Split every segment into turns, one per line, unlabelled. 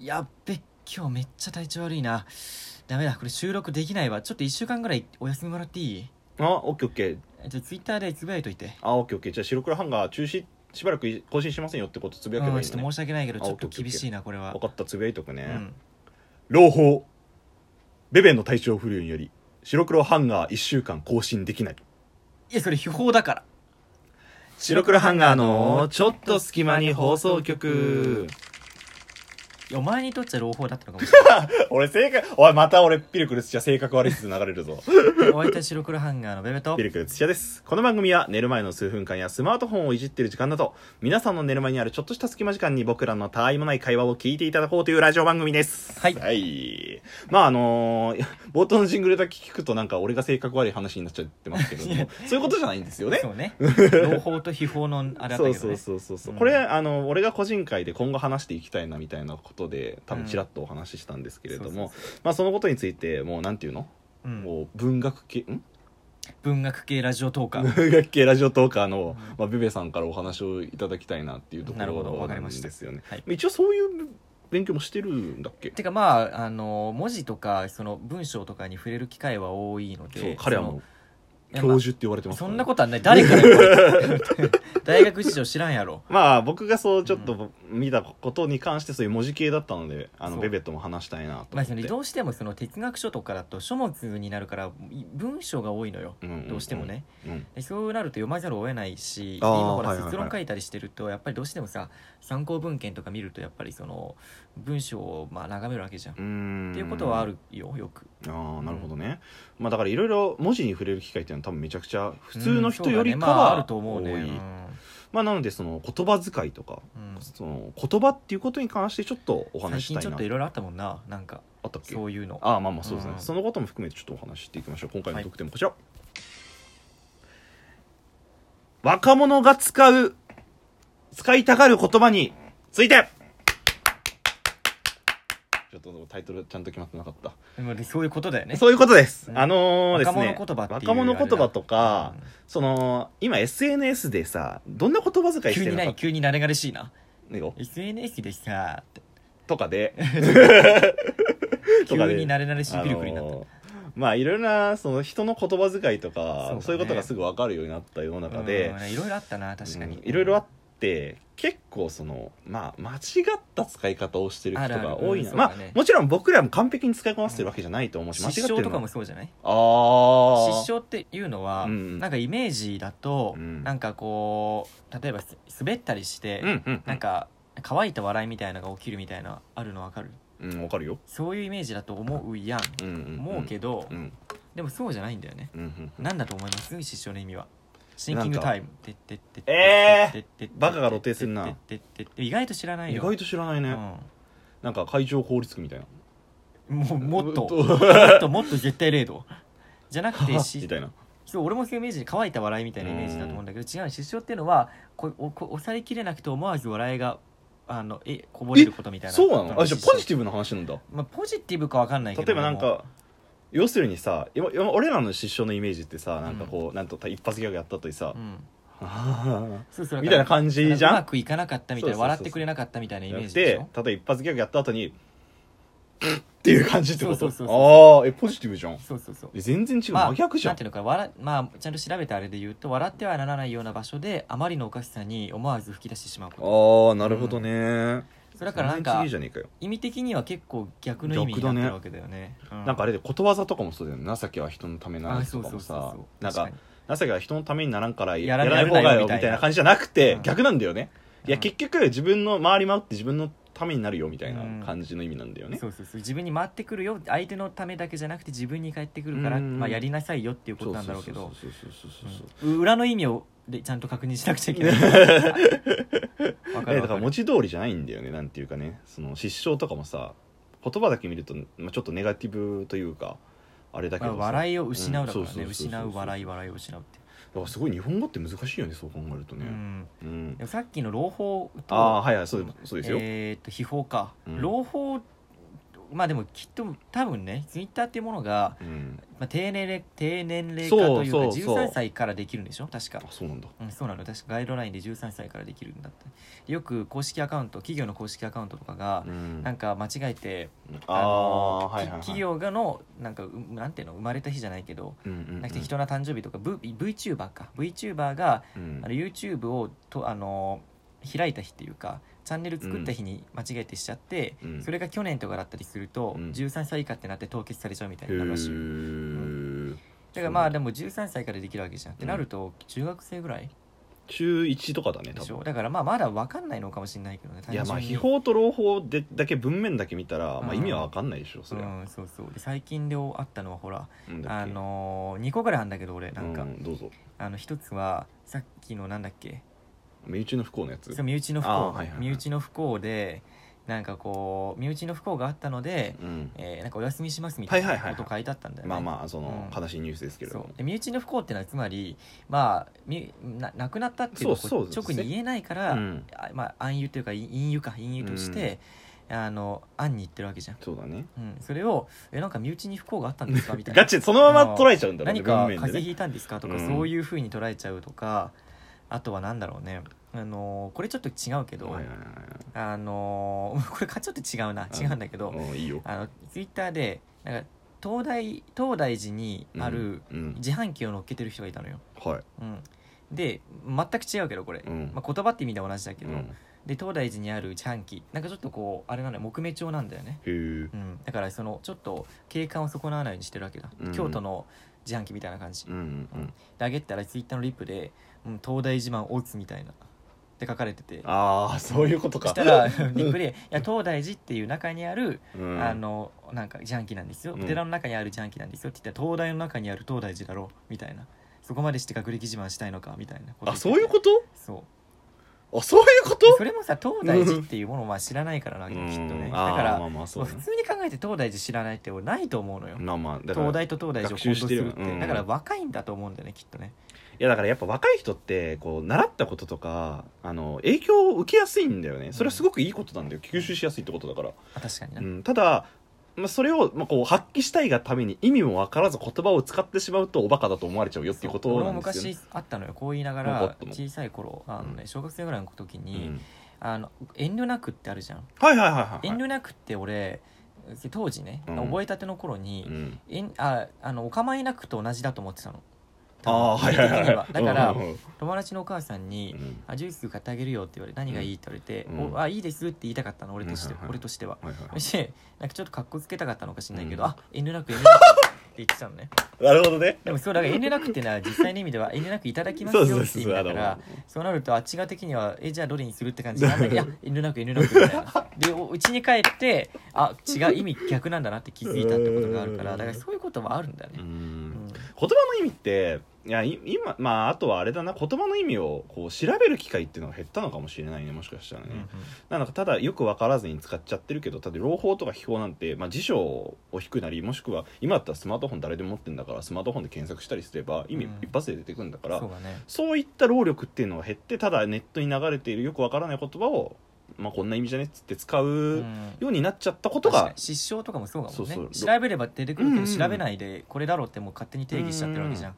やっべ今日めっちゃ体調悪いなダメだこれ収録できないわちょっと1週間ぐらいお休みもらっていい
あオッケーオッケー
じゃあツイッターでつぶやいといて
あオッケーオッケーじゃあ白黒ハンガー中止しばらく更新しませんよってことつぶやけ
う
ば
ん
いい
ちょ
の
っと
ね、
申し訳ないけど
あ
ちょっと
オッケー
厳しいなこれは
分かったつぶやいとくね、
うん
朗報ベベンの体調不良により白黒ハンガー1週間更新できない
いやそれ秘宝だから
白黒ハンガーのちょっと隙間に放送局
いやお前にとっちゃ朗報だったのかもしれ
俺性格おいまた俺ピルクル土屋性格悪い説流れるぞ
ないお相手は白黒ハンガーのベベと
ピルクル土屋ですこの番組は寝る前の数分間やスマートフォンをいじってる時間など皆さんの寝る前にあるちょっとした隙間時間に僕らのたわいもない会話を聞いていただこうというラジオ番組です
はい
はいまああのー冒頭のジングルだけ聞くとなんか俺が性格悪い話になっちゃってます けどもそういうことじゃないんですよね
そうね朗報と秘宝のあれだったけど
そう
ね
そうそうそうそう、
うん
これあの俺が個人会で今後話していきたいなみたいなことで多
う
分
ん
ちらっとお話ししたんですけれど
そう
もまあそのことについてもうなんていうの、
うん
もう文学系ん
文学系ラジオト ーカー
文学系ラジオトーカーの、まあ、ベベさんからお話をいただきたいなっていうとこ
なるほど
ろ
わか
な
り
ん
ました
ですよね、
はい
一応そういう勉強もしてるんだっけ
てかまああの文字とかその文章とかに触れる機会は多いので
そう彼はもう
その
教授って言われて
その
ますか
そ
らね
んなことはない誰かだよ大学事情知らんやろ
まあ僕がそうちょっと見たことに関してそういう文字系だったのであの
そう
ベベとも話したいなと
まあ
思って、
そのどうしてもその哲学書とかだと書物になるからい文章が多いのよ
んんん
どうしてもね、
うん
でそうなると読まざるを得ないし
あー
今ほら
はいはいはい
結論書いたりしてるとやっぱりどうしてもさ参考文献とか見るとやっぱりその文章をまあ眺めるわけじゃん、
うーん
っていうことはあるよよく
ああなるほ
う
どね、まあだからいろいろ文字に触れる機会っていうのは多分めちゃくちゃ普通の人
うん
よりか
そうだねまあ、あ
は
ると
多い、
思うね、うん
まあなのでその言葉遣いとか、
うん
その言葉っていうことに関してちょっとお
最
話しし
近
た
ち
い
ょっ
な
といろいろあったもんななんか
あったっけ
そういうの
ああまあまあそうですね、
うん
そのことも含めてちょっとお話ししていきましょう今回の特典もこちら、若者が使う使いたがる言葉についてちょっとタイトルちゃんと決まってなかった
でもそういうことだよね
そういうことです。
うん
あのーですね、
若者言葉っていう
若者言葉とか、
うん
その、今 SNS でさ、どんな言葉遣いし
急
てる
に
の
何
か
急になれがれしいな
ねよ
SNS でさ
とかで、
急になれなれしい
あの
ピルクルになった、
ーまあいろいろなその人の言葉遣いとか
そ
そうう,、
だね
いうことがすぐ分かるようになった世の中で、
うんいろいろあったな確かに、
うんいろいろあって結構そのまあ間違った使い方をしてる人
あるあ
が
る
多い
うん
な、
そう
ま
だね
あもちろん僕らも完璧に使いこなしてるわけじゃないと思うし、間違
失
って
笑
る
と
の
かも
は
そうじゃない
ああ
失笑っていうのは、
うん
なんかイメージだと、
うん
なんかこう例えばす滑ったりして、
うんうん
なんか乾いた笑いみたいなのが起きるみたいなあるの分かる
うんうんわかるよ、
そういうイメージだと思うやん、
うんうんうん、
思うけど、
うん
でもそうじゃないんだよね、
うんうんうん
なんだと思います失笑の意味はシンキングタイムてってってって
えー
ってって
バカが露呈するな
てってって意外と知らない
意
よ
外と知らないね、なんか海上法律区みたいな
うん、もうもっと
う
も
ん
っともっと絶対零度じゃなく てし
みたいな
そう俺もそういうイメージで乾いた笑いみたいなイメージだと思うんだけど違う失笑っていうのはこおこ抑えきれなくて思わず笑いがあのえこぼれることみたいな
そうなのあじゃあポジ
ティ
ティブな話なんだ
ブ、まあ、ポジティブかわかんないけ
例
ど
えばなんか要するにさ今今俺らの失笑のイメージってさなんかこう、なんと一発ギャグやった後にさ
う、ん、
あ
そうそう
ーみたいな感じじゃん
うまくいかなかったみたいな
そうそうそうそう
笑ってくれなかったみたいなイ
や
メー
っ
ジでしてょ
例えば一発ギャグやった後にっていう感じってこ
そ
と
うそうそう
ああえポジティブじゃん
そうそうそう
え全然違う、
まあ、
真逆じゃ
なん
ん
ていうのか笑まあちゃんと調べてあれで言うと笑ってはならないような場所であまりのおかしさに思わず吹き出してしまうこと
ああなるほどね、
それだからなん
全然
か
違えじゃねえかよ
意味的には結構逆の意味になってるわけだよねう
なんかあれでことわざとかもそうだよね情けは人のためならずとかもさなんか情けは人のためにならんから
や
や
らな
ら
い
ない方がよみ
やらないよみたいな
たいな感じじゃなくて、
うん
逆なんだよね、いうや
ん
結局自分の回り回って自分のためになるよみたいな感じの意味なんだよね、
そうそうそう自分に回ってくるよ相手のためだけじゃなくて自分に返ってくるから、
うん
まあ、やりなさいよっていうこと
そう
なんだ
そ
ろ
う
うけど
そうそうそうそうそう
うん裏の意味をでちゃんと確認しなくちゃいけ ないわか
え
るわ
だか
からる
文字通りじゃないんだよねなんていうかねその失笑とかもさ言葉だけ見ると、まあ、ちょっとネガティブというかあれだけ
ま
ど
あ
さ、
笑いを失うだか
うん
ら
そうそ
ね
うそうそう
失う笑い笑いを失うって、
だからすごい日本語って難しいよねそう考えると
う
ね、
ん、
うん
でもさっきの朗報と
ああはいはいそうそうですよ、
えーっと秘宝か、
うん
朗報まあでもきっと多分ねツイッターっていうものが、
うん
まあ、低年齢低年齢化
そう
というか
そうそう
13歳からできるんでしょ確か
あそうなんだ
うん、そうなの確かガイドラインで13歳からできるんだってよく公式アカウント企業の公式アカウントとかが
う、ん
なんか間違えて
ああ
の
はいはい、はい、
き企業がのなんかうなんていうの生まれた日じゃないけど
うんうんうん
なんか適当な誕生日とか、v、VTuber か VTuber が
うん
あの YouTube をとあの開いた日っていうかチャンネル作った日に間違えてしちゃって、
うん
それが去年とかだったりすると、
うん
13歳以下ってなって凍結されちゃうみたい
へ
な話だ
ー
からまあでも13歳からできるわけじゃんって
うん
なると中学生ぐらい
中1とかだね
で
多
し
分
ょだからまあまだ分かんないのかもしれないけどね
いやまあ
単純に
秘宝と朗報でだけ文面だけ見たら、まあ、
うん
意味は分かんないでしょそれは、
うんそうそうで最近であったのはほら
うんだっ
あ
け
のー、2個ぐらいあるんだけど俺なんか、
うんどうぞ
あの一つはさっきのなんだっけ
身内の不幸のやつ
そう身内の不幸、
あーはいはいはい
身内の不幸でなんかこう身内の不幸があったので、
うん
えーなんかお休みしますみたい
は
ない
はいはい
こと書いてあったんだよね、
まあまあその
うん
悲しいニュースですけれど
そ
も
うで身内の不幸ってのはつまりまあみな亡くなったっていうのを
そう
こう
そうです
直に言えないから、
うん
あまあ、暗喩というかい隠喩か隠喩として、あの暗に言ってるわけじゃん、
そうだね
うん、それを「えなんか身内に不幸があったん ですか?」みたいな
ガチでそのまま捉えちゃうんだろうね
何か風
文面
邪
で
ひ
ね
いたんですかとか、
うん
そういうふうに捉えちゃうとかあとは何だろうねあのーこれちょっと違うけど、
はいはい
あのー これかちょっと違うな
うん
違うんだけど、
はいはいいいよ
あのツイッターでなんか東大東大寺にある
うんうん
自販機を乗っけてる人がいたのよ、
はい
うん、で全く違うけどこれ、
うん
まあ、言葉って意味では同じだけ
う
ど、
ん
で東大寺にある自販機なんかちょっとこうあれなのよ木目調なんだよね
へー
うん、だからそのちょっと景観を損なわないようにしてるわけだ、
うん
京都の自販機みたいな感じ、
うんうん
であげたらツイッターのリップで「うん、東大自慢大津」みたいなって書かれてて
ああそういうこと
そ
か
したら リップで「いや東大寺っていう中にある、
うん
あのなんか自販機なんですよ、
うん
お寺の中にある自販機なんですよ」って言ったら「東大の中にある東大寺だろ」みたいな「そこまでして学歴自慢したいのか」みたいな
あそういうことと
言ってて
あそういうこ
そう
と
それもさ東大寺っていうものをまあ知らないからなきっとねだ
あー
から
まあまあそうだ
普
ね
通に考えて東大寺知らないって俺ないと思うのよ、
まあまあだから
東大と東大寺を
学
混
習
同
し
す
てる
るって、
うん
だから若いんだと思うんだよねきっとね
いやだからやっぱ若い人ってこう習ったこととかあの影響を受けやすいんだよねそれはすごくいいことなんだよ吸収しやすいってことだから、
あ確かにな、
うん、ただ、まあ、それを、まあ、こう発揮したいがために意味も分からず言葉を使ってしまうとおバカだと思われちゃうよっていうこと
俺
な
も
んですよね
昔あったのよこう言いなが
なんかあ
ら
ったの
小さい頃あの、
う
ね、小学生ぐらいの時
う
に、
ん
あの遠慮なくってあるじゃん
はいはいはいはい
遠慮なくって俺当時ね、
うん
覚えたての頃に、
うん
遠ああのお構いなくと同じだと思ってたの
ああはいはいはい
意味的にはだから
うんうん
友達のお母さんに、
うん
あジュース買ってあげるよって言われて何がいいって言われて、
うん
おあいいですって言いたかったの俺として、
うんはいはい
俺としては
はいはいは
そして なんかちょっとかっこつけたかったのかしらないけど、
うん
あ遠慮なく遠慮なくって言ってたのね
いなるほどね
でもそうだから遠慮なくっていうのは実際の意味では遠慮なくいただきます
そ
よ
う
って
そう
意味
そうそうあ
だ
の
からそうなるとあっち側的にはえじゃあどれにするって感じになん だけどいや遠慮なく遠慮なくみたいなでお家に帰ってあ違う意味逆なんだなって気づいたってことがあるからだからそういうこともあるんだよ
う
ね、うんん、
言葉の意味っていやい今まああとはあれだな言葉の意味をこう調べる機会っていうのが減ったのかもしれないねもしかしたらね、
うんうん
なんかただよく分からずに使っちゃってるけどただ朗報とか秘宝なんて、まあ、辞書を引くなりもしくは今だったらスマートフォン誰でも持ってるんだからスマートフォンで検索したりすれば意味
うん
一発で出てくるんだから、
そうだね
そういった労力っていうのは減ってただネットに流れているよく分からない言葉を、まあ、こんな意味じゃねっつって使
う
うんようになっちゃったこと
確か
が
に、失笑とかもそうかもんね
そうそう
調べれば出てくる
うんう
け
ん
ど調べないでこれだろうってもう勝手に定義しちゃってるわけじゃん、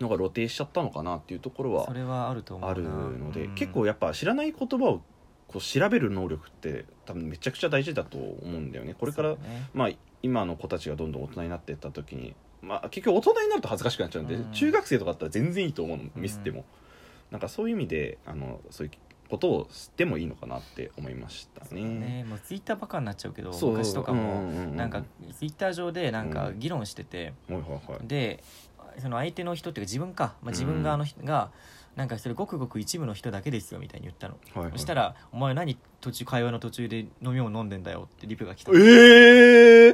なんか露呈しちゃったのかなっていうところは
それはあると思うな
あるので、
うん
結構やっぱ知らない言葉をこう調べる能力って多分めちゃくちゃ大事だと思うんだよねこれから、
そうだね
まあ、今の子たちがどんどん大人になっていった時に、まあ、結局大人になると恥ずかしくなっちゃうんで、
うん
中学生とかだったら全然いいと思うのミスっても、
う
なんかそういう意味であのそういうことを知ってもいいのかなって思いました
そうだ
ね。
ねもうツイッターばっかになっちゃうけど
そう
昔とかも、
ううう
なんかツイッター上でなんか
うん
議論してて、
はいはいはい
でその相手の人っていうか自分か、まあ、自分側の人が、なんかそれごくごく一部の人だけですよみたいに言ったの、
はいはい
そしたら「お前何途中会話の途中で飲み物飲んでんだよ」ってリプが来た
ええ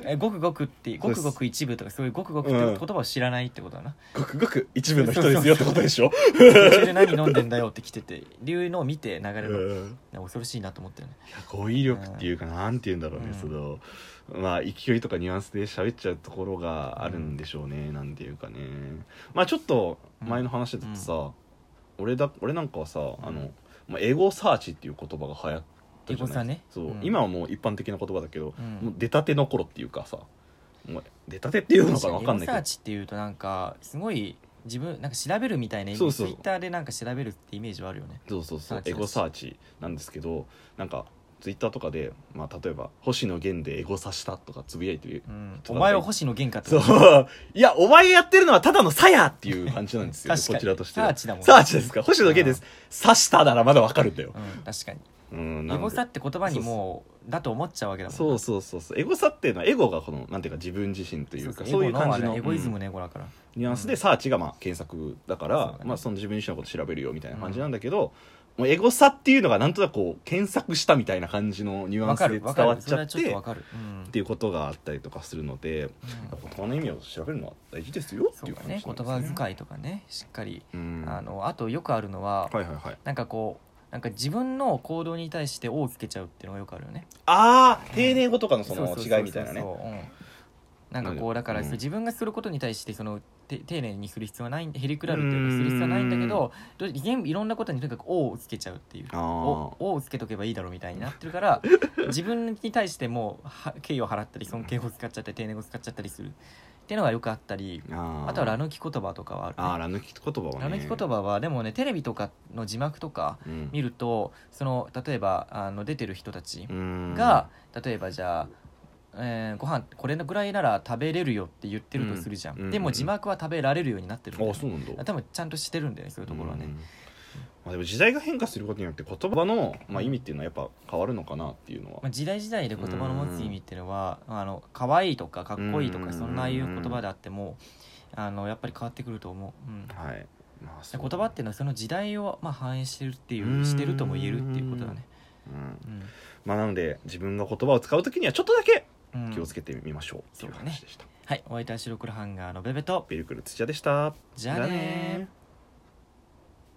ー、
えごくごくってごくごく一部とかそういうごくごくって
う
言
ん
葉を知らないってことだ な、
ごくごく一部の人ですよってことでしょ
途中で何飲んでんだよって来てていうのを見て流れの、
うん
恐ろしいなと思ったよね
いや語彙力っていうかなんて言うんだろうね、
うん
そのまあ勢いとかニュアンスで喋っちゃうところがあるんでしょうね、なんていうかねまあちょっと前の話だとさ、俺だ俺なんかはさあの、まあ、エゴサーチっていう言葉が流行っったじ
エ
ゃないですか
ゴサね
そう
うん
今はもう一般的な言葉だけど、
うん
もう出たての頃っていうかさもう出たてっていうのかな分かんない
エゴサー
け
チっていうとなんかすごい自分なんか調べるみたいなイメ
そ
ー
う
ジツ
そう
イッターでなんか調べるってイメージはあるよね
どそうそうそう
サーチ
エ
です
ゴサーチなんですけどなんかツイッターとかで、まあ、例えば「星野源でエゴサした」とかつぶやいてる
うん
と
お
か
前は星野源かって
そ
こと
う。いや、お前やってるのはただのさやっていう感じなんですよ、ね、
確か
こ
に
ちらとして
サ
は。
ーチだもんね
サーチですか。星野源です。刺したならまだわかるんだよ。
うん確かに
うん、な
エ
の
ゴ
で
サって言葉にもうだと思っちゃうわけだもんな
そうそうそうそう。エゴサっていうのは、エゴがこの、なんていうか自分自身というか、そういう感じの。
エゴイズム
うん
のエゴだから
ニュアンスでサーチがまあ検索だから、
そうだね
まあその自分自身のこと調べるよみたいな感じなんだけど、もうエゴサっていうのがなんとなくこう検索したみたいな感じのニュア
わ
ンス
か
で
るわ
伝
か
わっ
るそ
ち
れ
ゃ
は
っ
ちょっと
て
わかるうん
っていうことがあったりとかするので、
うん
言葉の意味を調べるのは大事ですよって
そ
いうう
か
感じなん
ね
ですね
言葉遣いとかねしっかり
うん
あのあとよくあるのは
はいはいはい
なんかこうなんか自分の行動に対して「お」をつけちゃうっていうのがよくあるよね
ああ丁寧語とかのそ
そ
の
うそうそうそう
違いみたいなね
そううんなんか
う
こ
ん
うだから
うん
自分がすることに対してそのて丁寧にする必要はないんへりくらるという
う
かす
ん
る必要はないんだけどど全部いろんなことにとにかく「お」をつけちゃうっていう「
あ
お」
ー
おをつけとけばいいだろうみたいになってるから 自分に対してもうは敬意を払ったり尊敬語使っちゃったり丁寧語使っちゃったりするっていうのがよくあったり
あ
あとはラ
ヌ
抜き言葉とかはあるね
あーラヌキ言葉はね
ラ抜き言葉はでもねテレビとかの字幕とか
うん
見るとその例えばあの出てる人たち
うん
が、例えばじゃあ、えーご飯これのぐらいなら食べれるよって言ってるとするじゃん、
うん
で
う
も
ん
字幕は食べられるようになってるんだよ
あそうなんだ
多分ちゃんとしてるんだよねそういうところはね、
うんまあ、でも時代が変化することによって言葉の、まあ、意味っていうのはやっぱ変わるのかなっていうのは
まあ、時代時代で言葉の持つ意味っていうのは、あの可愛いとかかっこいいと
うん
かそんなああいう言葉であっても、あのやっぱり変わってくると思う、うん、
はい、まあ、そう
言葉っていうのはその時代を、まあ、反映してるっていううんしてるとも言えるっていうことだね、
うん
うん
まあなので自分が言葉を使う時にはちょっとだけ
うん
気をつけてみましょうっていう
そうだね
話でした、
はいお相手は白黒ハンガーのベベと
ベルクル土屋でした
じゃあねー
ー